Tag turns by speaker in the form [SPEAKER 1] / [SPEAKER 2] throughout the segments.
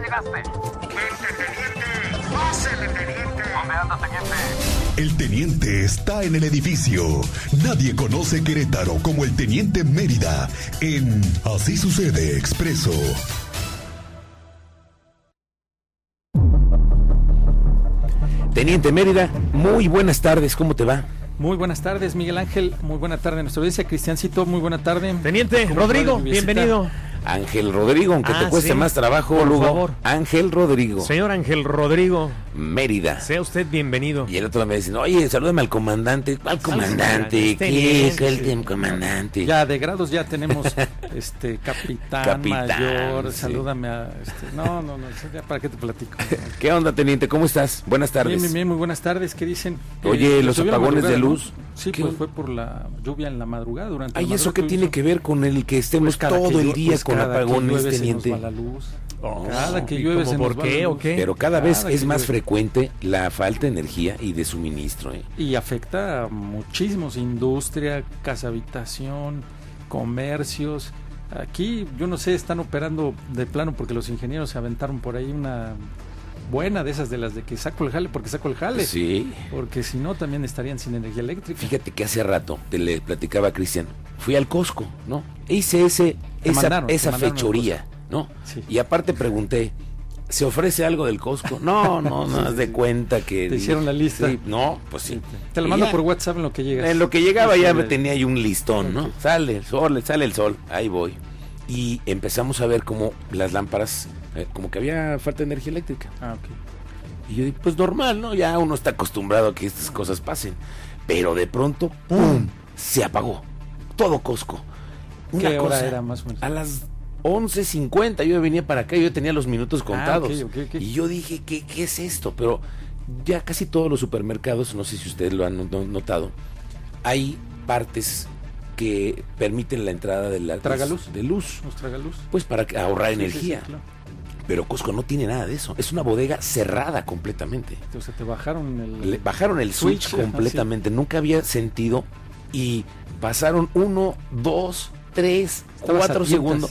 [SPEAKER 1] llegaste?
[SPEAKER 2] ¡Vente, teniente! ¡Pásele, teniente!
[SPEAKER 1] ¿Dónde anda, teniente?
[SPEAKER 3] El teniente está en el edificio. Nadie conoce Querétaro como el teniente Mérida en Así sucede expreso.
[SPEAKER 4] Teniente Mérida, muy buenas tardes, ¿cómo te va?
[SPEAKER 5] Muy buenas tardes, Miguel Ángel. Muy buena tarde a nuestra audiencia. Cristiancito, muy buena tarde.
[SPEAKER 6] Teniente,
[SPEAKER 5] ¿Cómo
[SPEAKER 6] Rodrigo,
[SPEAKER 5] está, lluviecita?
[SPEAKER 6] bienvenido.
[SPEAKER 4] Ángel Rodrigo, aunque
[SPEAKER 6] Ah,
[SPEAKER 4] te cueste
[SPEAKER 6] sí.
[SPEAKER 4] más trabajo,
[SPEAKER 6] Por
[SPEAKER 4] Lugo.
[SPEAKER 6] favor.
[SPEAKER 4] Ángel Rodrigo,
[SPEAKER 6] Señor Ángel Rodrigo,
[SPEAKER 4] Mérida.
[SPEAKER 6] sea usted bienvenido.
[SPEAKER 4] Y el otro me dice, oye, salúdame al comandante. ¿Cuál comandante?
[SPEAKER 6] comandante,
[SPEAKER 4] ¿Qué?
[SPEAKER 6] teniente.
[SPEAKER 4] ¿Cuál tem- comandante?
[SPEAKER 5] Ya de grados ya tenemos este capitán,
[SPEAKER 4] Capitán,
[SPEAKER 5] mayor.
[SPEAKER 4] sí.
[SPEAKER 5] Salúdame a este. No, no, no. eso ya ¿Para qué te platico?
[SPEAKER 4] ¿Qué onda, teniente? ¿Cómo estás? Buenas tardes.
[SPEAKER 5] Bien, bien, bien, muy buenas tardes. ¿Qué dicen?
[SPEAKER 4] Oye,
[SPEAKER 5] Eh,
[SPEAKER 4] los
[SPEAKER 5] llovió en la
[SPEAKER 4] apagones de
[SPEAKER 5] madrugada, ¿no?
[SPEAKER 4] luz.
[SPEAKER 5] Sí,
[SPEAKER 4] ¿Qué?
[SPEAKER 5] pues fue por la lluvia en la madrugada durante.
[SPEAKER 4] Ay, ¿eso qué tiene que ver con el que estemos
[SPEAKER 5] Cada que
[SPEAKER 4] todo el
[SPEAKER 5] llueve-
[SPEAKER 4] día
[SPEAKER 5] pues
[SPEAKER 4] con
[SPEAKER 5] cada que
[SPEAKER 4] apagones,
[SPEAKER 5] llueve se nos
[SPEAKER 4] teniente?
[SPEAKER 5] va la luz.
[SPEAKER 4] Oh,
[SPEAKER 5] cada que
[SPEAKER 6] ¿y
[SPEAKER 5] llueve
[SPEAKER 6] cómo
[SPEAKER 5] se
[SPEAKER 6] por
[SPEAKER 5] nos va
[SPEAKER 6] qué
[SPEAKER 5] la
[SPEAKER 6] o
[SPEAKER 5] luz.
[SPEAKER 6] qué?
[SPEAKER 4] Pero cada vez
[SPEAKER 5] Cada
[SPEAKER 4] es
[SPEAKER 5] que
[SPEAKER 4] más
[SPEAKER 5] llueve.
[SPEAKER 4] frecuente la falta de energía y de suministro. ¿eh?
[SPEAKER 5] Y afecta a muchísimos, industria, casa habitación, comercios. Aquí, yo no sé, están operando de plano porque los ingenieros se aventaron por ahí una buena de esas de las de que saco el jale porque saco el jale.
[SPEAKER 4] Sí.
[SPEAKER 5] Porque si no, también estarían sin energía eléctrica.
[SPEAKER 4] Fíjate que hace rato te le platicaba a Cristian, fui al Costco, ¿no? E hice ese,
[SPEAKER 5] Te
[SPEAKER 4] esa,
[SPEAKER 5] mandaron, te
[SPEAKER 4] esa
[SPEAKER 5] mandaron al
[SPEAKER 4] fechoría, ¿no?
[SPEAKER 5] Sí.
[SPEAKER 4] Y aparte pregunté, ¿se ofrece algo del Costco? No, no, no, haz de cuenta que...
[SPEAKER 5] Te hicieron la lista.
[SPEAKER 4] Sí, no, pues sí.
[SPEAKER 5] Te lo
[SPEAKER 4] Y
[SPEAKER 5] mando
[SPEAKER 4] ya,
[SPEAKER 5] por WhatsApp en lo que llegas.
[SPEAKER 4] En lo que llegaba ya
[SPEAKER 5] Sí,
[SPEAKER 4] tenía ahí un listón, ¿no? Sale el sol, sale el sol, ahí voy. Y empezamos a ver cómo las lámparas, eh, como que había falta de energía eléctrica.
[SPEAKER 5] Ah, ok.
[SPEAKER 4] Y yo dije, pues normal, ¿no? Ya uno está acostumbrado a que estas cosas pasen. Pero de pronto, ¡pum! Se apagó. Todo Costco. Una
[SPEAKER 5] ¿Qué hora
[SPEAKER 4] cosa,
[SPEAKER 5] era, más o menos?
[SPEAKER 4] A las 11.50 yo venía para acá, yo tenía los minutos contados.
[SPEAKER 5] Ah, ok, ok, ok.
[SPEAKER 4] Y yo dije, ¿qué, ¿qué es esto? Pero ya casi todos los supermercados, no sé si ustedes lo han no- notado, hay partes que permiten la entrada de la
[SPEAKER 5] Tragaluz.
[SPEAKER 4] de luz,
[SPEAKER 5] Nos traga luz.
[SPEAKER 4] pues para que- ahorrar
[SPEAKER 5] Sí, sí, sí,
[SPEAKER 4] energía.
[SPEAKER 5] claro.
[SPEAKER 4] Pero Costco no tiene nada de eso. Es una bodega cerrada completamente.
[SPEAKER 5] O sea, te bajaron el.
[SPEAKER 4] Le bajaron el switch,
[SPEAKER 5] Switch, ajá,
[SPEAKER 4] completamente, nunca había sentido y pasaron uno, dos, tres,
[SPEAKER 5] Estabas
[SPEAKER 4] cuatro
[SPEAKER 5] a tientas.
[SPEAKER 4] segundos.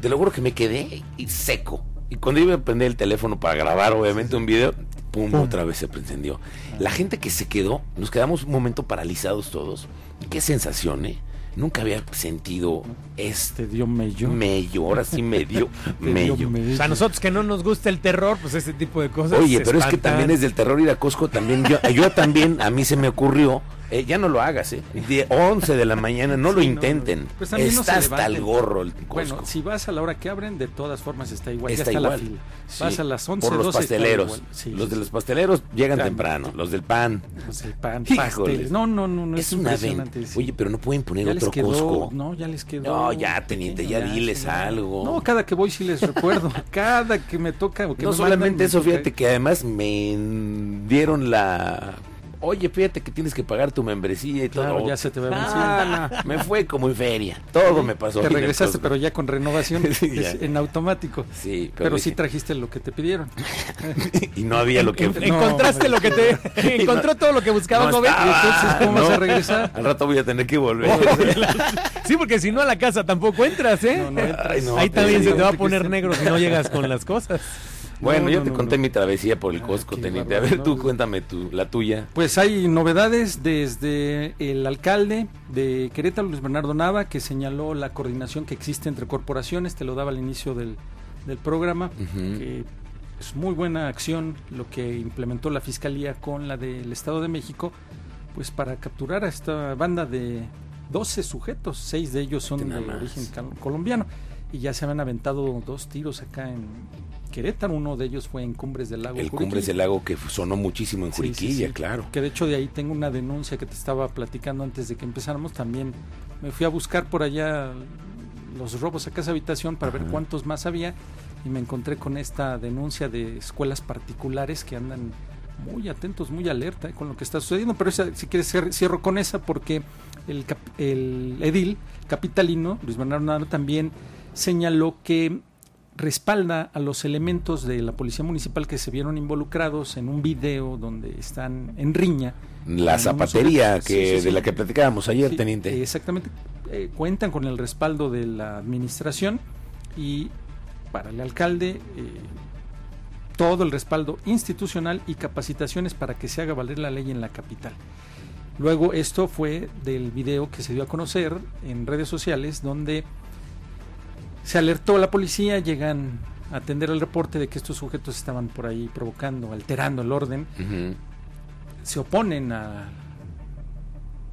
[SPEAKER 4] Te lo juro que me quedé y seco. Y cuando iba a prender el teléfono para grabar, obviamente, un video, pum, otra vez se prendió. La
[SPEAKER 5] Ah.
[SPEAKER 4] gente que se quedó, nos quedamos un momento paralizados todos. Qué sensación, ¿eh? Nunca había sentido este
[SPEAKER 5] Te dio mello.
[SPEAKER 4] mello, ahora sí me dio
[SPEAKER 5] Te dio
[SPEAKER 4] mello.
[SPEAKER 6] O sea, a nosotros que no nos gusta el terror, pues ese tipo de cosas.
[SPEAKER 4] Oye,
[SPEAKER 6] se
[SPEAKER 4] pero es que
[SPEAKER 6] espantan.
[SPEAKER 4] también es del terror ir a Costco, también yo, yo también, a mí se me ocurrió, eh, ya no lo hagas, ¿eh? De 11 de la mañana, no lo
[SPEAKER 5] Sí, no,
[SPEAKER 4] intenten.
[SPEAKER 5] no. Pues también
[SPEAKER 4] Está
[SPEAKER 5] no se
[SPEAKER 4] hasta el
[SPEAKER 5] levanten.
[SPEAKER 4] gorro el Costco.
[SPEAKER 5] Bueno, si vas a la hora que abren, de todas formas está igual.
[SPEAKER 4] está
[SPEAKER 5] ya está
[SPEAKER 4] igual.
[SPEAKER 5] la fila.
[SPEAKER 4] Sí,
[SPEAKER 5] Vas a las 11,
[SPEAKER 4] Por los
[SPEAKER 5] 12 está
[SPEAKER 4] pasteleros.
[SPEAKER 5] igual. Sí,
[SPEAKER 4] los
[SPEAKER 5] sí,
[SPEAKER 4] de
[SPEAKER 5] sí.
[SPEAKER 4] los pasteleros llegan
[SPEAKER 5] Ya,
[SPEAKER 4] temprano, los del pan.
[SPEAKER 5] Pues el pan,
[SPEAKER 4] Híjole.
[SPEAKER 5] pasteles. No, no, no, no. Es,
[SPEAKER 4] es una venta.
[SPEAKER 5] impresionante. sí.
[SPEAKER 4] Oye, pero no pueden poner
[SPEAKER 5] ya les
[SPEAKER 4] otro
[SPEAKER 5] quedó,
[SPEAKER 4] Costco.
[SPEAKER 5] No, ya les quedó.
[SPEAKER 4] No, ya, teniente, ya diles
[SPEAKER 5] sí,
[SPEAKER 4] algo.
[SPEAKER 5] No, cada que voy sí les recuerdo. Cada que me toca. o que
[SPEAKER 4] no
[SPEAKER 5] me
[SPEAKER 4] solamente
[SPEAKER 5] mandan, me
[SPEAKER 4] eso,
[SPEAKER 5] toca-
[SPEAKER 4] fíjate que además me dieron la... Oye, fíjate que tienes que pagar tu membresía y
[SPEAKER 5] Claro,
[SPEAKER 4] todo.
[SPEAKER 5] ya se te va
[SPEAKER 4] Ah, no, me fue como en feria. Todo me pasó.
[SPEAKER 5] Te
[SPEAKER 4] en el
[SPEAKER 5] regresaste,
[SPEAKER 4] Costco.
[SPEAKER 5] pero ya con renovación.
[SPEAKER 4] Sí, ya.
[SPEAKER 5] es en automático.
[SPEAKER 4] Sí, pero,
[SPEAKER 5] Pero, sí
[SPEAKER 4] dije-
[SPEAKER 5] trajiste lo que te pidieron.
[SPEAKER 4] y no había lo que
[SPEAKER 5] en- No,
[SPEAKER 6] Encontraste lo que te.
[SPEAKER 4] No.
[SPEAKER 6] Encontró todo lo que buscabas,
[SPEAKER 4] No
[SPEAKER 6] ¿no ves?
[SPEAKER 4] estaba.
[SPEAKER 5] Entonces, ¿cómo
[SPEAKER 4] no.
[SPEAKER 5] vas a regresar? Oh,
[SPEAKER 4] Al rato voy a tener que volver.
[SPEAKER 6] Sí, porque si no a la casa tampoco entras, ¿eh?
[SPEAKER 5] No, no entras.
[SPEAKER 4] Ay, no,
[SPEAKER 6] Ahí
[SPEAKER 4] te
[SPEAKER 6] también se
[SPEAKER 4] digo.
[SPEAKER 6] te va a poner negro si no llegas con las cosas.
[SPEAKER 4] Bueno,
[SPEAKER 5] No,
[SPEAKER 4] yo
[SPEAKER 5] no,
[SPEAKER 4] te
[SPEAKER 5] no,
[SPEAKER 4] conté
[SPEAKER 5] no. Ah,
[SPEAKER 4] mi travesía por el Costco,
[SPEAKER 5] qué
[SPEAKER 4] teniente. A
[SPEAKER 5] bárbaro,
[SPEAKER 4] ver,
[SPEAKER 5] no,
[SPEAKER 4] tú
[SPEAKER 5] no.
[SPEAKER 4] cuéntame tu, la tuya.
[SPEAKER 5] Pues hay novedades desde el alcalde de Querétaro, Luis Bernardo Nava, que señaló la coordinación que existe entre corporaciones, te lo daba al inicio del, del programa,
[SPEAKER 4] Ujú.
[SPEAKER 5] que es muy buena acción lo que implementó la Fiscalía con la del Estado de México, pues para capturar a esta banda de 12 sujetos, seis de ellos son
[SPEAKER 4] Fíjate
[SPEAKER 5] de
[SPEAKER 4] nada más.
[SPEAKER 5] origen cal- colombiano, y ya se habían aventado dos tiros acá en Querétaro, uno de ellos fue en Cumbres del Lago.
[SPEAKER 4] El
[SPEAKER 5] Juriquilla.
[SPEAKER 4] Cumbres del Lago que sonó muchísimo en
[SPEAKER 5] Sí, sí,
[SPEAKER 4] Juriquilla,
[SPEAKER 5] sí.
[SPEAKER 4] claro.
[SPEAKER 5] Que de hecho de ahí tengo una denuncia que te estaba platicando antes de que empezáramos. También me fui a buscar por allá los robos a casa habitación para ver cuántos más había y me encontré con esta denuncia de escuelas particulares que andan muy atentos, muy alerta eh, con lo que está sucediendo. Pero esa, si quieres cier- cierro con esa porque el, cap- el edil capitalino, Luis Bernardo Nava, también señaló que respalda a los elementos de la policía municipal que se vieron involucrados en un video donde están en riña.
[SPEAKER 4] La
[SPEAKER 5] con unos
[SPEAKER 4] zapatería
[SPEAKER 5] sujetos.
[SPEAKER 4] que,
[SPEAKER 5] Sí, sí, sí.
[SPEAKER 4] de la que platicábamos ayer,
[SPEAKER 5] Sí,
[SPEAKER 4] teniente.
[SPEAKER 5] eh, Exactamente. Eh, cuentan con el respaldo de la administración y para el alcalde eh, todo el respaldo institucional y capacitaciones para que se haga valer la ley en la capital. Luego esto fue del video que se dio a conocer en redes sociales donde se alertó a la policía, llegan a atender el reporte de que estos sujetos estaban por ahí provocando, alterando el orden,
[SPEAKER 4] Ujú.
[SPEAKER 5] se oponen a,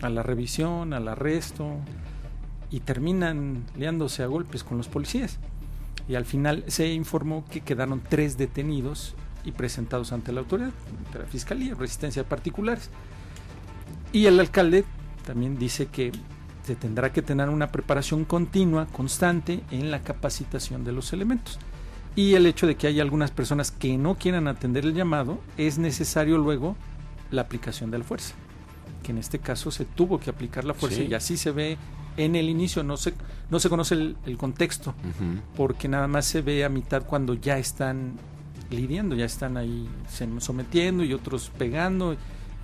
[SPEAKER 5] a la revisión, al arresto y terminan liándose a golpes con los policías. Y al final se informó que quedaron tres detenidos y presentados ante la autoridad, ante la fiscalía, resistencia de particulares. Y el alcalde también dice que se tendrá que tener una preparación continua, constante, en la capacitación de los elementos. Y el hecho de que haya algunas personas que no quieran atender el llamado, es necesario luego la aplicación de la fuerza. Que en este caso se tuvo que aplicar la fuerza
[SPEAKER 4] Sí.
[SPEAKER 5] y así se ve en el inicio, no se, no se conoce el, el contexto,
[SPEAKER 4] Ujú.
[SPEAKER 5] porque nada más se ve a mitad cuando ya están lidiando, ya están ahí se- sometiendo y otros pegando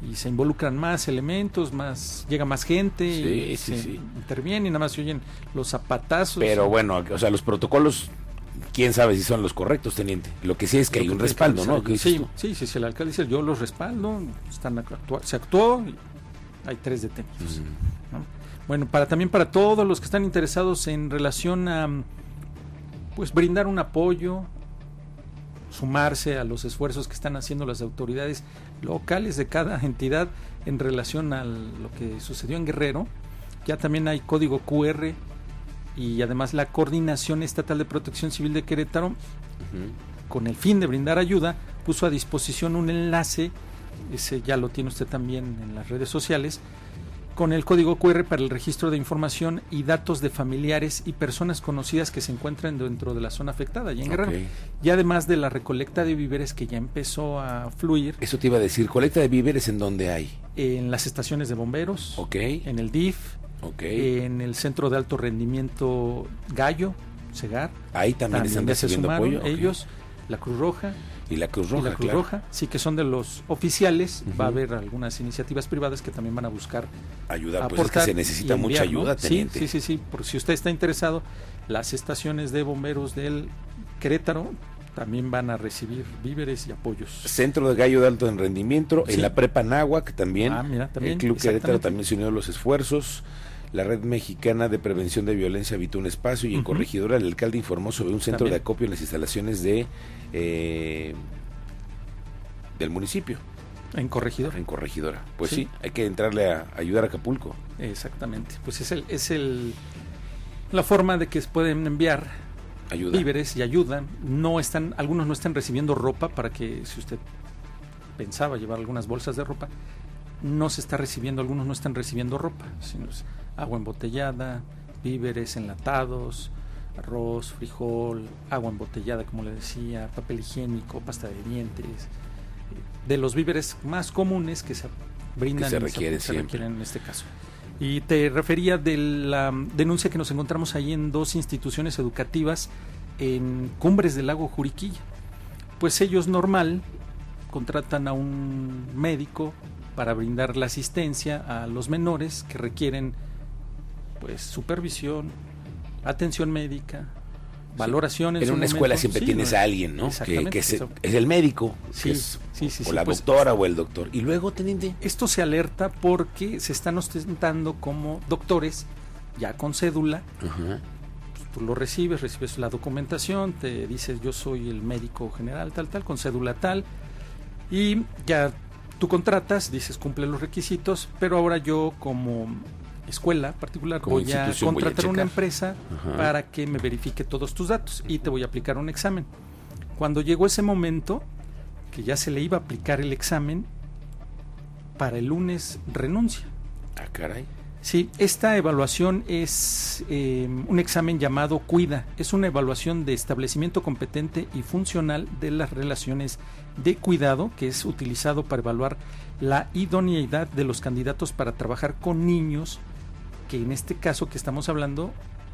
[SPEAKER 5] y se involucran más elementos, más llega más gente y
[SPEAKER 4] Sí, sí,
[SPEAKER 5] se
[SPEAKER 4] sí.
[SPEAKER 5] interviene y nada más se oyen los zapatazos.
[SPEAKER 4] Pero bueno, o sea, los protocolos, quién sabe si son los correctos, teniente. Lo que sí es que hay un respaldo, ¿no? ¿Qué dices
[SPEAKER 5] Sí,
[SPEAKER 4] tú?
[SPEAKER 5] sí, sí, sí, el alcalde dice yo los respaldo, están actua- se actuó, y hay tres detenidos. ¿no? Bueno, para también para todos los que están interesados en relación a mm, pues brindar un apoyo, sumarse a los esfuerzos que están haciendo las autoridades locales de cada entidad en relación a lo que sucedió en Guerrero. Ya también hay código QR y además la Coordinación Estatal de Protección Civil de Querétaro
[SPEAKER 4] Ujú.
[SPEAKER 5] con el fin de brindar ayuda, puso a disposición un enlace, ese ya lo tiene usted también en las redes sociales, con el código QR para el registro de información y datos de familiares y personas conocidas que se encuentran dentro de la zona afectada, allá en Guerrero.
[SPEAKER 4] Ok.
[SPEAKER 5] Y además de la recolecta de víveres que ya empezó a fluir
[SPEAKER 4] Eso te iba a decir, colecta de víveres en donde hay.
[SPEAKER 5] en las estaciones de bomberos,
[SPEAKER 4] Ok,
[SPEAKER 5] en eh, el DIF,
[SPEAKER 4] ok.
[SPEAKER 5] en el Centro de Alto Rendimiento Gallo, Segar,
[SPEAKER 4] Ahí también, están
[SPEAKER 5] también ya se
[SPEAKER 4] recibiendo
[SPEAKER 5] sumaron
[SPEAKER 4] apoyo. ok.
[SPEAKER 5] ellos, la Cruz Roja,
[SPEAKER 4] Y la Cruz
[SPEAKER 5] y
[SPEAKER 4] Roja,
[SPEAKER 5] la Cruz
[SPEAKER 4] claro.
[SPEAKER 5] Roja, sí que son de los oficiales,
[SPEAKER 4] Ujú.
[SPEAKER 5] va a haber algunas iniciativas privadas que también van a buscar
[SPEAKER 4] Ayuda, pues es que
[SPEAKER 5] aportar
[SPEAKER 4] se necesita
[SPEAKER 5] y
[SPEAKER 4] mucha
[SPEAKER 5] enviar, ¿no?
[SPEAKER 4] ayuda, teniente.
[SPEAKER 5] Sí, sí, sí, sí, por si usted está interesado, las estaciones de bomberos del Querétaro también van a recibir víveres y apoyos.
[SPEAKER 4] Centro de Gallo de Alto en Rendimiento,
[SPEAKER 5] Sí.
[SPEAKER 4] en la Prepa Náhuac también,
[SPEAKER 5] Ah, mira, también,
[SPEAKER 4] el Club Querétaro
[SPEAKER 5] exactamente.
[SPEAKER 4] también se unió a los esfuerzos, la Red Mexicana de Prevención de Violencia habitó un espacio y en
[SPEAKER 5] Ujú.
[SPEAKER 4] Corregidora el alcalde informó sobre un centro de
[SPEAKER 5] También.
[SPEAKER 4] acopio en las instalaciones de eh, del municipio,
[SPEAKER 5] En corregidor.
[SPEAKER 4] en Corregidora. Pues sí,
[SPEAKER 5] Sí.
[SPEAKER 4] hay que entrarle a ayudar a Acapulco.
[SPEAKER 5] Exactamente. Pues es el, es el la forma de que se pueden enviar
[SPEAKER 4] Ayuda.
[SPEAKER 5] víveres y ayudan. No están, algunos no están recibiendo ropa para que si usted pensaba llevar algunas bolsas de ropa, no se está recibiendo, algunos no están recibiendo ropa, sino es agua embotellada, víveres enlatados, arroz, frijol, agua embotellada, como le decía, papel higiénico, pasta de dientes, eh, de los víveres más comunes que se brindan
[SPEAKER 4] se
[SPEAKER 5] y
[SPEAKER 4] requieren
[SPEAKER 5] se
[SPEAKER 4] siempre.
[SPEAKER 5] requieren en este caso. Y te refería de la mm, denuncia que nos encontramos ahí en dos instituciones educativas en Cumbres del Lago Juriquilla. Pues ellos normal contratan a un médico para brindar la asistencia a los menores que requieren pues supervisión, atención médica, valoraciones.
[SPEAKER 4] En
[SPEAKER 5] de un
[SPEAKER 4] una
[SPEAKER 5] momento.
[SPEAKER 4] escuela siempre
[SPEAKER 5] Sí,
[SPEAKER 4] tienes
[SPEAKER 5] no,
[SPEAKER 4] a alguien, ¿no? Que,
[SPEAKER 5] exactamente,
[SPEAKER 4] que es,
[SPEAKER 5] eso.
[SPEAKER 4] es el médico, que
[SPEAKER 5] Sí,
[SPEAKER 4] es-
[SPEAKER 5] sí, sí,
[SPEAKER 4] o
[SPEAKER 5] sí,
[SPEAKER 4] la
[SPEAKER 5] pues-
[SPEAKER 4] doctora o el doctor. Y luego, teniente,
[SPEAKER 5] Esto se alerta porque se están ostentando como doctores ya con cédula
[SPEAKER 4] Ajá.
[SPEAKER 5] tú lo recibes, recibes la documentación, te dices yo soy el médico general tal, tal, con cédula tal, y ya tú contratas, dices cumple los requisitos, pero ahora yo como escuela particular
[SPEAKER 4] Como
[SPEAKER 5] voy a
[SPEAKER 4] institución voy a
[SPEAKER 5] contratar una
[SPEAKER 4] checar.
[SPEAKER 5] empresa
[SPEAKER 4] Ajá.
[SPEAKER 5] para que me verifique todos tus datos y te voy a aplicar un examen. Cuando llegó ese momento, que ya se le iba a aplicar el examen, para el lunes renuncia.
[SPEAKER 4] Ah, caray.
[SPEAKER 5] Sí, esta evaluación es eh, un examen llamado CUIDA. Es una evaluación de establecimiento competente y funcional de las relaciones de cuidado que es utilizado para evaluar la idoneidad de los candidatos para trabajar con niños, que en este caso que estamos hablando,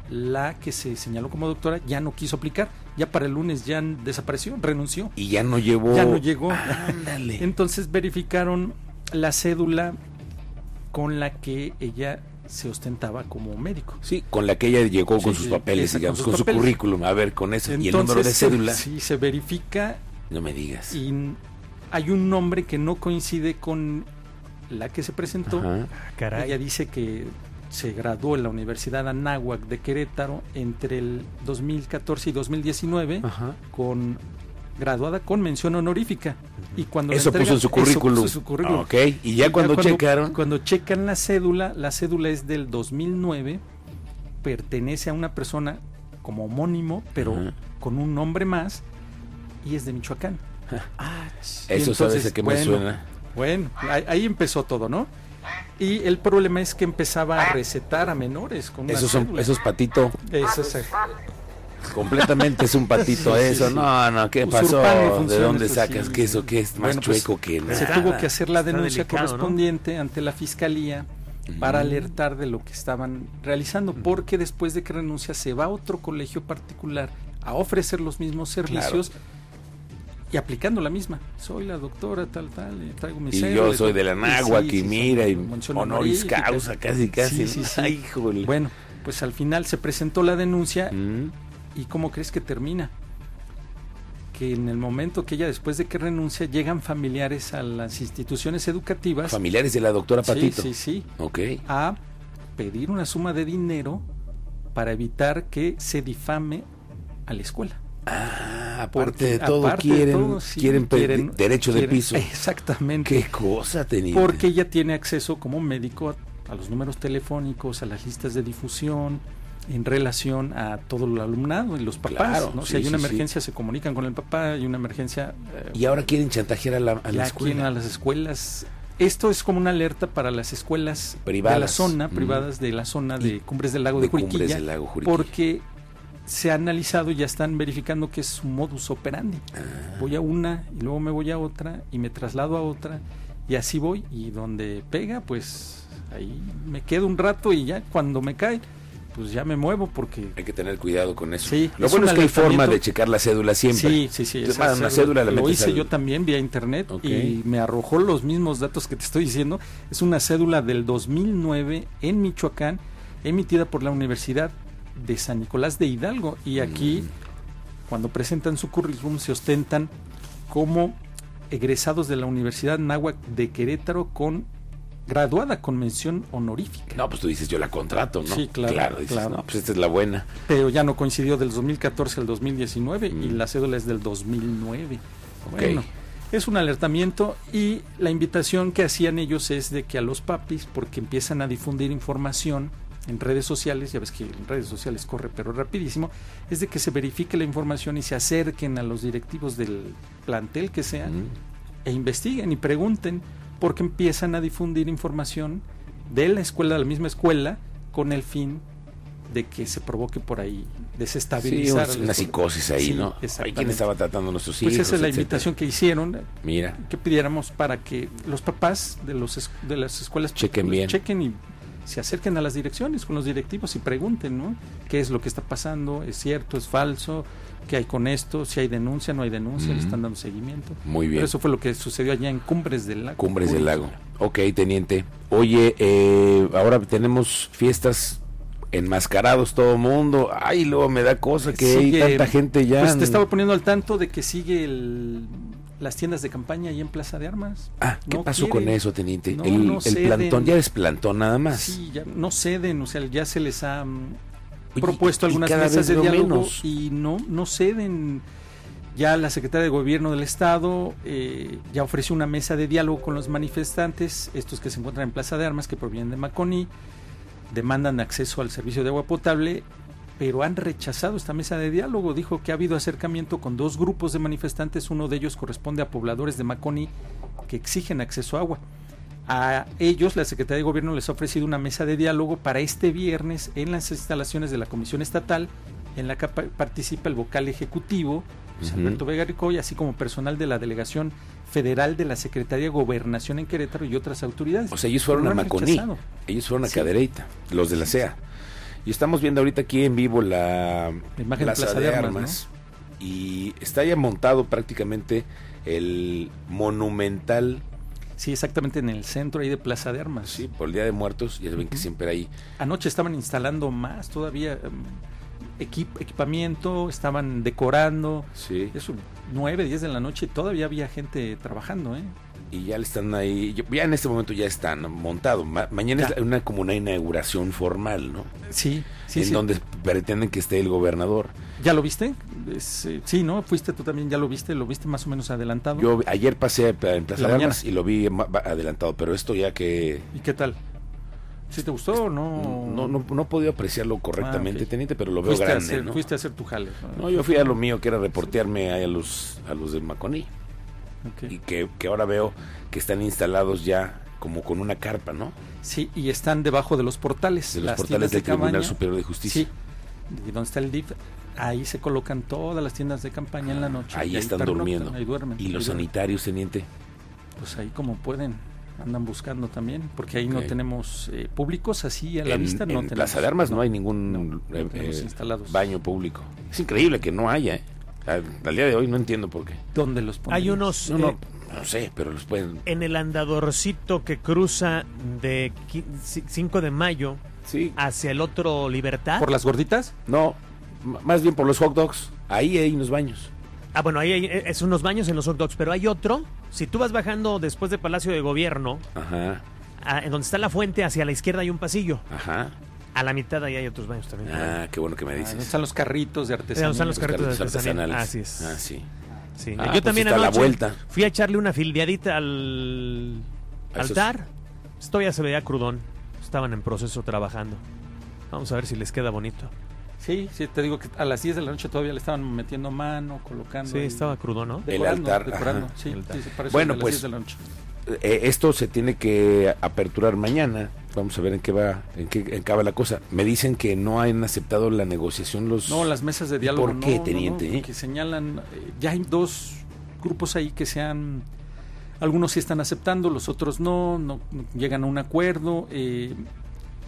[SPEAKER 5] la que se señaló como doctora ya no quiso aplicar, ya para el lunes ya desapareció, renunció.
[SPEAKER 4] Y ya no llegó.
[SPEAKER 5] Ya no llegó.
[SPEAKER 4] Ándale.
[SPEAKER 5] Entonces verificaron la cédula con la que ella se ostentaba como médico.
[SPEAKER 4] Sí, con la que ella llegó con
[SPEAKER 5] Sí,
[SPEAKER 4] sus
[SPEAKER 5] sí,
[SPEAKER 4] papeles,
[SPEAKER 5] esa, con
[SPEAKER 4] digamos,
[SPEAKER 5] sus
[SPEAKER 4] con, su
[SPEAKER 5] papeles.
[SPEAKER 4] currículum. A ver, con eso. y el número de
[SPEAKER 5] Entonces, se-
[SPEAKER 4] cédula.
[SPEAKER 5] Sí, se verifica
[SPEAKER 4] No me digas.
[SPEAKER 5] y n- hay un nombre que no coincide con la que se presentó.
[SPEAKER 4] Ajá.
[SPEAKER 5] Ella
[SPEAKER 6] Caray.
[SPEAKER 5] dice que se graduó en la Universidad Anáhuac de Querétaro entre el 2014 y 2019
[SPEAKER 4] Ajá.
[SPEAKER 5] con graduada con mención honorífica y cuando la
[SPEAKER 4] Eso
[SPEAKER 5] entregan-
[SPEAKER 4] puso en su currículum. Ah,
[SPEAKER 5] puso en su currículum.
[SPEAKER 4] Ok, y ya cuando checaron.
[SPEAKER 5] cuando checan la cédula, la cédula es del 2009, pertenece a una persona como homónimo, pero
[SPEAKER 4] Ajá.
[SPEAKER 5] con un nombre más, y es de Michoacán. Ah, y
[SPEAKER 4] Eso sabes
[SPEAKER 5] entonces,
[SPEAKER 4] a qué me
[SPEAKER 5] bueno,
[SPEAKER 4] suena.
[SPEAKER 5] Bueno, ahí, ahí empezó todo, ¿no? Y el problema es que empezaba a recetar a menores con una
[SPEAKER 4] Esos son,
[SPEAKER 5] cédula.
[SPEAKER 4] esos patito,
[SPEAKER 5] Eso es eh,
[SPEAKER 4] completamente es un patito
[SPEAKER 5] Sí, sí,
[SPEAKER 4] eso.
[SPEAKER 5] sí.
[SPEAKER 4] No, no, ¿qué
[SPEAKER 6] Pues,
[SPEAKER 4] pasó?
[SPEAKER 5] Usurpan de
[SPEAKER 4] ¿De
[SPEAKER 5] funciones,
[SPEAKER 4] dónde
[SPEAKER 5] pues,
[SPEAKER 4] sacas
[SPEAKER 5] sí.
[SPEAKER 4] que eso que es más
[SPEAKER 5] Bueno, pues,
[SPEAKER 4] chueco que
[SPEAKER 5] Se
[SPEAKER 4] nada?
[SPEAKER 5] tuvo que hacer la
[SPEAKER 6] Está
[SPEAKER 5] denuncia
[SPEAKER 6] delicado, ¿no?
[SPEAKER 5] correspondiente ante la fiscalía para alertar de lo que estaban realizando, porque después de que renuncia se va a otro colegio particular a ofrecer los mismos servicios y aplicando la misma. Soy la doctora tal tal, y traigo mi
[SPEAKER 4] Y
[SPEAKER 5] cédula
[SPEAKER 4] yo
[SPEAKER 5] y
[SPEAKER 4] soy
[SPEAKER 5] todo.
[SPEAKER 4] de la
[SPEAKER 5] pues, Y
[SPEAKER 4] Nagua,
[SPEAKER 5] sí,
[SPEAKER 4] que
[SPEAKER 5] sí, sí,
[SPEAKER 4] mira, y
[SPEAKER 5] mención
[SPEAKER 4] honoris
[SPEAKER 5] honorífica.
[SPEAKER 4] causa, casi, casi.
[SPEAKER 5] Sí, sí, sí.
[SPEAKER 4] Ay, híjole.
[SPEAKER 5] Bueno, pues al final se presentó la denuncia
[SPEAKER 4] Mm.
[SPEAKER 5] ¿Y cómo crees que termina? Que en el momento que ella, después de que renuncia, llegan familiares a las instituciones educativas.
[SPEAKER 4] Familiares de la doctora
[SPEAKER 5] Sí,
[SPEAKER 4] Patito.
[SPEAKER 5] sí, sí.
[SPEAKER 4] Ok.
[SPEAKER 5] A pedir una suma de dinero para evitar que se difame a la escuela.
[SPEAKER 4] Ah, aparte
[SPEAKER 5] Porque
[SPEAKER 4] de todo,
[SPEAKER 5] aparte de
[SPEAKER 4] quieren,
[SPEAKER 5] todo, sí,
[SPEAKER 4] quieren, pe-
[SPEAKER 5] quieren-
[SPEAKER 4] derecho de
[SPEAKER 5] quieren-
[SPEAKER 4] piso.
[SPEAKER 5] Exactamente.
[SPEAKER 4] Qué cosa tenía.
[SPEAKER 5] Porque ella tiene acceso como médico a, a los números telefónicos, a las listas de difusión, en relación a todo el alumnado y los papás.
[SPEAKER 4] Claro,
[SPEAKER 5] ¿no?
[SPEAKER 4] sí,
[SPEAKER 5] si hay una
[SPEAKER 4] sí, sí.
[SPEAKER 5] emergencia, se comunican con el papá, hay una emergencia. eh,
[SPEAKER 4] Y ahora quieren chantajear a la, a la
[SPEAKER 5] ya aquí en
[SPEAKER 4] escuela.
[SPEAKER 5] a las escuelas. Esto es como una alerta para las escuelas de la
[SPEAKER 4] Privadas.
[SPEAKER 5] zona,
[SPEAKER 4] Mm.
[SPEAKER 5] privadas de la zona
[SPEAKER 4] Y
[SPEAKER 5] de Cumbres del Lago de,
[SPEAKER 4] de Cumbres
[SPEAKER 5] Juriquilla,
[SPEAKER 4] del Lago Juriquilla.
[SPEAKER 5] porque se ha analizado y ya están verificando que es su modus operandi.
[SPEAKER 4] Ah,
[SPEAKER 5] Voy a una y luego me voy a otra y me traslado a otra y así voy y donde pega, pues ahí me quedo un rato y ya cuando me cae, pues ya me muevo porque
[SPEAKER 4] Hay que tener cuidado con eso.
[SPEAKER 5] Sí,
[SPEAKER 4] Lo
[SPEAKER 5] es
[SPEAKER 4] bueno
[SPEAKER 5] un
[SPEAKER 4] es que hay forma
[SPEAKER 5] alertamiento.
[SPEAKER 4] de checar la cédula siempre.
[SPEAKER 5] Sí, sí, sí.
[SPEAKER 4] Te
[SPEAKER 5] esa
[SPEAKER 4] mandan una cédula, la
[SPEAKER 5] lo
[SPEAKER 4] metes
[SPEAKER 5] hice
[SPEAKER 4] al-
[SPEAKER 5] yo también vía internet
[SPEAKER 4] Ok.
[SPEAKER 5] y me arrojó los mismos datos que te estoy diciendo. Es una cédula del 2009 en Michoacán, emitida por la Universidad de San Nicolás de Hidalgo. Y aquí,
[SPEAKER 4] Mm.
[SPEAKER 5] cuando presentan su currículum, se ostentan como egresados de la Universidad Náhuac de Querétaro con graduada con mención honorífica.
[SPEAKER 4] No, pues tú dices, yo la contrato, ¿no?
[SPEAKER 5] Sí, claro,
[SPEAKER 4] dices,
[SPEAKER 5] claro.
[SPEAKER 4] no, pues esta es la buena.
[SPEAKER 5] Pero ya no coincidió del 2014 al 2019 y la cédula es del 2009.
[SPEAKER 4] Mm. Ok.
[SPEAKER 5] Bueno, es un alertamiento y la invitación que hacían ellos es de que a los papis, porque empiezan a difundir información en redes sociales, ya ves que en redes sociales corre pero rapidísimo, es de que se verifique la información y se acerquen a los directivos del plantel que sea
[SPEAKER 4] Mm.
[SPEAKER 5] e investiguen y pregunten porque empiezan a difundir información de la escuela, de la misma escuela, con el fin de que se provoque por ahí
[SPEAKER 4] Sí,
[SPEAKER 5] desestabilizar.
[SPEAKER 4] una,
[SPEAKER 5] a
[SPEAKER 4] una
[SPEAKER 5] la escuela.
[SPEAKER 4] psicosis ahí,
[SPEAKER 5] Sí,
[SPEAKER 4] ¿no? Hay quien
[SPEAKER 5] exactamente.
[SPEAKER 4] estaba tratando a nuestros hijos.
[SPEAKER 5] Pues esa es la
[SPEAKER 4] etcétera.
[SPEAKER 5] invitación que hicieron,
[SPEAKER 4] Mira,
[SPEAKER 5] que pidiéramos para que los papás de, los, es- de las escuelas
[SPEAKER 4] Chequen
[SPEAKER 5] particulares
[SPEAKER 4] bien.
[SPEAKER 5] chequen y se acerquen a las direcciones con los directivos y pregunten, ¿no? ¿Qué es lo que está pasando? ¿Es cierto? ¿Es falso? ¿Qué hay con esto? ¿Si hay denuncia? ¿No hay denuncia? ¿Le
[SPEAKER 4] Ujú.
[SPEAKER 5] están dando seguimiento?
[SPEAKER 4] muy bien.
[SPEAKER 5] Pero eso fue lo que sucedió allá en Cumbres del Lago.
[SPEAKER 4] Cumbres del Lago. Ok, teniente. Oye, eh, ahora tenemos fiestas enmascarados todo mundo. Ay, luego me da cosa que hay
[SPEAKER 5] Sigue-
[SPEAKER 4] tanta gente ya.
[SPEAKER 5] Pues te
[SPEAKER 4] en-
[SPEAKER 5] estaba poniendo al tanto de que sigue el- las tiendas de campaña ahí en Plaza de Armas.
[SPEAKER 4] Ah, ¿qué
[SPEAKER 5] No
[SPEAKER 4] pasó
[SPEAKER 5] quieren.
[SPEAKER 4] con eso, teniente?
[SPEAKER 5] No,
[SPEAKER 4] el,
[SPEAKER 5] no
[SPEAKER 4] el
[SPEAKER 5] ceden.
[SPEAKER 4] plantón, ya es plantón nada más.
[SPEAKER 5] Sí, ya no ceden, o sea, ya se les ha mm,
[SPEAKER 4] Oye,
[SPEAKER 5] propuesto
[SPEAKER 4] y
[SPEAKER 5] algunas
[SPEAKER 4] cada
[SPEAKER 5] mesas
[SPEAKER 4] vez
[SPEAKER 5] de
[SPEAKER 4] veo
[SPEAKER 5] diálogo
[SPEAKER 4] menos.
[SPEAKER 5] y no, no ceden. Ya la secretaria de Gobierno del Estado eh, ya ofreció una mesa de diálogo con los manifestantes, estos que se encuentran en Plaza de Armas, que provienen de Maconí, demandan acceso al servicio de agua potable, pero han rechazado esta mesa de diálogo. Dijo que ha habido acercamiento con dos grupos de manifestantes, uno de ellos corresponde a pobladores de Maconí que exigen acceso a agua. A ellos la Secretaría de Gobierno les ha ofrecido una mesa de diálogo para este viernes en las instalaciones de la Comisión Estatal, en la que pa- participa el vocal ejecutivo, Luis
[SPEAKER 4] Ujú.
[SPEAKER 5] Alberto Vega Ricoy, así como personal de la Delegación Federal de la Secretaría de Gobernación en Querétaro y otras autoridades.
[SPEAKER 4] O sea, ellos fueron a
[SPEAKER 5] Lo han
[SPEAKER 4] Maconí.
[SPEAKER 5] rechazado.
[SPEAKER 4] Ellos fueron a
[SPEAKER 5] Sí.
[SPEAKER 4] Cadereyta, los de la CEA. Y estamos viendo ahorita aquí en vivo la,
[SPEAKER 5] La imagen de Plaza de Armas,
[SPEAKER 4] Y está ya montado prácticamente el monumental
[SPEAKER 5] Sí, exactamente en el centro ahí de Plaza de Armas.
[SPEAKER 4] Sí, por el Día de Muertos, ya ven que siempre hay
[SPEAKER 5] Anoche estaban instalando más todavía em, equip- equipamiento, estaban decorando.
[SPEAKER 4] Sí.
[SPEAKER 5] Eso, 9, 10 de la noche, todavía había gente trabajando, ¿eh?
[SPEAKER 4] y ya le están ahí, yo- ya en este momento ya están montado. Ma- mañana
[SPEAKER 5] Ya.
[SPEAKER 4] es una como una inauguración formal, ¿no?
[SPEAKER 5] Sí, sí,
[SPEAKER 4] en
[SPEAKER 5] sí.
[SPEAKER 4] donde pretenden que esté el gobernador.
[SPEAKER 5] ¿Ya lo viste? Es, eh, sí, ¿no? Fuiste tú también, ya lo viste, lo viste más o menos adelantado.
[SPEAKER 4] Yo ayer pasé pa- en Plaza
[SPEAKER 5] La
[SPEAKER 4] de
[SPEAKER 5] mañana.
[SPEAKER 4] Armas y lo vi ma- ba- adelantado, pero esto ya que
[SPEAKER 5] ¿Y qué tal? ¿Sí te gustó o no?
[SPEAKER 4] no, no, no he podido apreciarlo correctamente,
[SPEAKER 5] Ah, ok.
[SPEAKER 4] teniente, pero lo veo
[SPEAKER 5] fuiste, a
[SPEAKER 4] grande,
[SPEAKER 5] hacer,
[SPEAKER 4] ¿no?
[SPEAKER 5] fuiste a hacer tu jale.
[SPEAKER 4] No, yo fui a lo mío, que era reportearme ahí a los, a los de Maconí.
[SPEAKER 5] Ok.
[SPEAKER 4] Y que, que ahora veo que están instalados ya como con una carpa, ¿no?
[SPEAKER 5] Sí, y están debajo de los portales.
[SPEAKER 4] De los
[SPEAKER 5] las
[SPEAKER 4] portales
[SPEAKER 5] tiendas de
[SPEAKER 4] del Tribunal
[SPEAKER 5] campaña.
[SPEAKER 4] Superior de Justicia.
[SPEAKER 5] Sí, y donde está el DIF, ahí se colocan todas las tiendas de campaña en la noche.
[SPEAKER 4] Ahí
[SPEAKER 5] y
[SPEAKER 4] están
[SPEAKER 5] pernoctan,
[SPEAKER 4] durmiendo.
[SPEAKER 5] Ahí duermen.
[SPEAKER 4] y
[SPEAKER 5] ahí
[SPEAKER 4] los
[SPEAKER 5] duermen.
[SPEAKER 4] sanitarios, teniente.
[SPEAKER 5] Pues ahí como pueden, andan buscando también, porque ahí
[SPEAKER 4] Ok.
[SPEAKER 5] no tenemos eh, públicos así a la
[SPEAKER 4] en
[SPEAKER 5] vista.
[SPEAKER 4] en
[SPEAKER 5] no tenemos,
[SPEAKER 4] Plaza de Armas no, hay ningún
[SPEAKER 5] no,
[SPEAKER 4] eh,
[SPEAKER 5] no tenemos
[SPEAKER 4] eh,
[SPEAKER 5] instalados.
[SPEAKER 4] baño público. Es increíble que no haya, ¿eh? Al, al día de hoy no entiendo por qué.
[SPEAKER 5] ¿Dónde los
[SPEAKER 1] Hay
[SPEAKER 5] pondrías?
[SPEAKER 1] unos
[SPEAKER 4] No, no,
[SPEAKER 1] eh,
[SPEAKER 4] no sé, pero los pueden...
[SPEAKER 1] en el andadorcito que cruza de qui- ci- 5 de mayo
[SPEAKER 4] Sí,
[SPEAKER 5] Ah.
[SPEAKER 1] hacia el otro Libertad.
[SPEAKER 5] ¿Por las gorditas?
[SPEAKER 4] no, m- más bien por los hot dogs. Ahí hay unos baños.
[SPEAKER 1] Ah, bueno, ahí hay, eh, es unos baños en los hot dogs, pero hay otro. Si tú vas bajando después de Palacio de Gobierno,
[SPEAKER 4] Ajá,
[SPEAKER 1] a- Ah, en donde está la fuente, hacia la izquierda hay un pasillo.
[SPEAKER 4] ajá.
[SPEAKER 1] A la mitad ahí hay otros baños también.
[SPEAKER 4] Ah, qué bueno que me
[SPEAKER 5] Ah, ¿dónde
[SPEAKER 4] dices.
[SPEAKER 5] están los carritos de
[SPEAKER 1] Eh,
[SPEAKER 5] artesanía?
[SPEAKER 1] donde están los carritos
[SPEAKER 4] Carritos
[SPEAKER 1] artesanales.
[SPEAKER 4] artesanales.
[SPEAKER 1] Así es.
[SPEAKER 4] Ah, sí.
[SPEAKER 1] Sí.
[SPEAKER 4] Ah,
[SPEAKER 1] Yo
[SPEAKER 4] pues
[SPEAKER 1] también
[SPEAKER 4] está la
[SPEAKER 1] anoche
[SPEAKER 4] vuelta.
[SPEAKER 1] fui a echarle una fildeadita al
[SPEAKER 4] A esos-
[SPEAKER 1] altar. Esto ya se veía crudón. Estaban en proceso trabajando. Vamos a ver si les queda bonito.
[SPEAKER 5] Sí, sí, te digo que a las 10 de la noche todavía le estaban metiendo mano, colocando.
[SPEAKER 1] Sí,
[SPEAKER 5] ahí-
[SPEAKER 1] estaba crudo, ¿no?
[SPEAKER 4] El
[SPEAKER 5] decorando,
[SPEAKER 4] altar,
[SPEAKER 5] decorando,
[SPEAKER 4] ajá.
[SPEAKER 5] sí,
[SPEAKER 1] El altar.
[SPEAKER 5] sí, sí, para eso
[SPEAKER 4] Bueno,
[SPEAKER 5] a las
[SPEAKER 4] pues,
[SPEAKER 5] 10 de la noche.
[SPEAKER 4] Eh, esto se tiene que aperturar mañana. Vamos a ver en qué va, en qué acaba la cosa. Me dicen que no han aceptado la negociación los.
[SPEAKER 5] No, las mesas de diálogo.
[SPEAKER 4] Pues, ¿Por
[SPEAKER 5] no,
[SPEAKER 4] qué,
[SPEAKER 5] no, no,
[SPEAKER 4] teniente, eh?
[SPEAKER 5] porque señalan, eh, ya hay dos grupos ahí que se han, algunos sí están aceptando, los otros no, no, no llegan a un acuerdo. eh,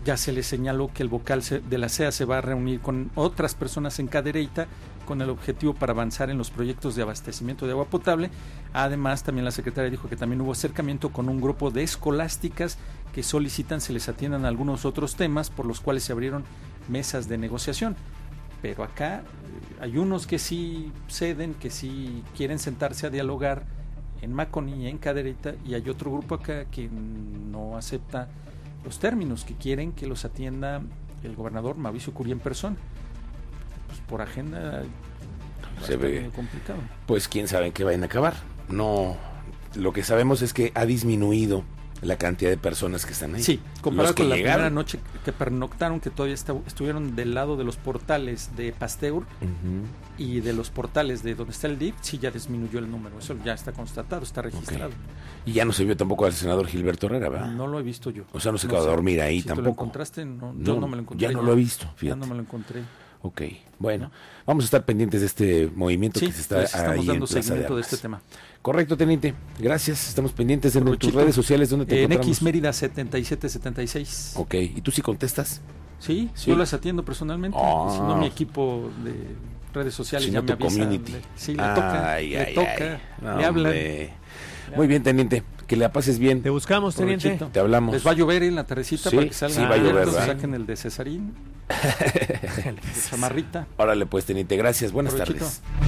[SPEAKER 5] ya se les señaló que el vocal se- de la CEA se va a reunir con otras personas en Cadereyta con el objetivo para avanzar en los proyectos de abastecimiento de agua potable. Además, también la secretaria dijo que también hubo acercamiento con un grupo de escolásticas que solicitan se les atiendan algunos otros temas por los cuales se abrieron mesas de negociación pero acá eh, hay unos que sí ceden, que sí quieren sentarse a dialogar en Maconi, en Cadereyta, y hay otro grupo acá que no acepta los términos, que quieren que los atienda el gobernador Mauricio Curia en persona. Pues por agenda eh, va a
[SPEAKER 4] Se
[SPEAKER 5] estar
[SPEAKER 4] ve.
[SPEAKER 5] medio complicado.
[SPEAKER 4] Pues quién sabe en qué vayan a acabar. No. Lo que sabemos es que ha disminuido la cantidad de personas que están ahí.
[SPEAKER 5] Sí, comparado
[SPEAKER 4] Los que
[SPEAKER 5] con la primera
[SPEAKER 4] llegaron.
[SPEAKER 5] noche que pernoctaron, que todavía esta- estuvieron del lado de los portales de Pasteur,
[SPEAKER 4] Ujú.
[SPEAKER 5] y de los portales de donde está el DIP, sí ya disminuyó el número. Eso ya está constatado, está registrado.
[SPEAKER 4] Y ya no se vio tampoco al senador Gilberto Herrera, ¿verdad?
[SPEAKER 5] No lo he visto yo.
[SPEAKER 4] O sea, no se acaba de dormir ahí
[SPEAKER 5] si Tú lo
[SPEAKER 4] tampoco.
[SPEAKER 5] encontraste, no, yo no me lo encontré.
[SPEAKER 4] Ya no lo he visto,
[SPEAKER 5] Ya
[SPEAKER 4] fíjate.
[SPEAKER 5] no me lo encontré.
[SPEAKER 4] Ok, bueno, vamos a estar pendientes de este movimiento
[SPEAKER 5] Sí,
[SPEAKER 4] que se está
[SPEAKER 5] les estamos
[SPEAKER 4] ahí
[SPEAKER 5] dando
[SPEAKER 4] en Plaza
[SPEAKER 5] seguimiento de,
[SPEAKER 4] Armas.
[SPEAKER 5] este tema.
[SPEAKER 4] Correcto, teniente. Gracias, estamos pendientes en tus
[SPEAKER 5] Provechito.
[SPEAKER 4] redes sociales donde te
[SPEAKER 5] eh, En
[SPEAKER 4] encontramos.
[SPEAKER 5] X Mérida 7776.
[SPEAKER 4] Ok, ¿y tú sí contestas?
[SPEAKER 5] Sí,
[SPEAKER 4] Sí.
[SPEAKER 5] yo las atiendo personalmente.
[SPEAKER 4] Ah.
[SPEAKER 5] Si no, mi equipo de redes sociales
[SPEAKER 4] Si
[SPEAKER 5] ya
[SPEAKER 4] no,
[SPEAKER 5] me
[SPEAKER 4] tu
[SPEAKER 5] avisa.
[SPEAKER 4] community.
[SPEAKER 5] Le- sí, le toca.
[SPEAKER 4] Ay,
[SPEAKER 5] le
[SPEAKER 4] ay,
[SPEAKER 5] toca.
[SPEAKER 4] ay. No,
[SPEAKER 5] le hablan.
[SPEAKER 4] hombre. Muy bien, teniente. Que la pases bien.
[SPEAKER 1] Te buscamos, teniente.
[SPEAKER 5] Provechito.
[SPEAKER 4] Te hablamos.
[SPEAKER 5] eh. Les va a llover en la tardecita
[SPEAKER 4] Sí,
[SPEAKER 5] para que salgan
[SPEAKER 4] sí va a llover,
[SPEAKER 5] abiertos,
[SPEAKER 4] ¿verdad?
[SPEAKER 5] saquen el de Cesarín, el de chamarrita.
[SPEAKER 4] Órale, pues, teniente. Gracias. Buenas
[SPEAKER 5] Provechito.
[SPEAKER 4] tardes.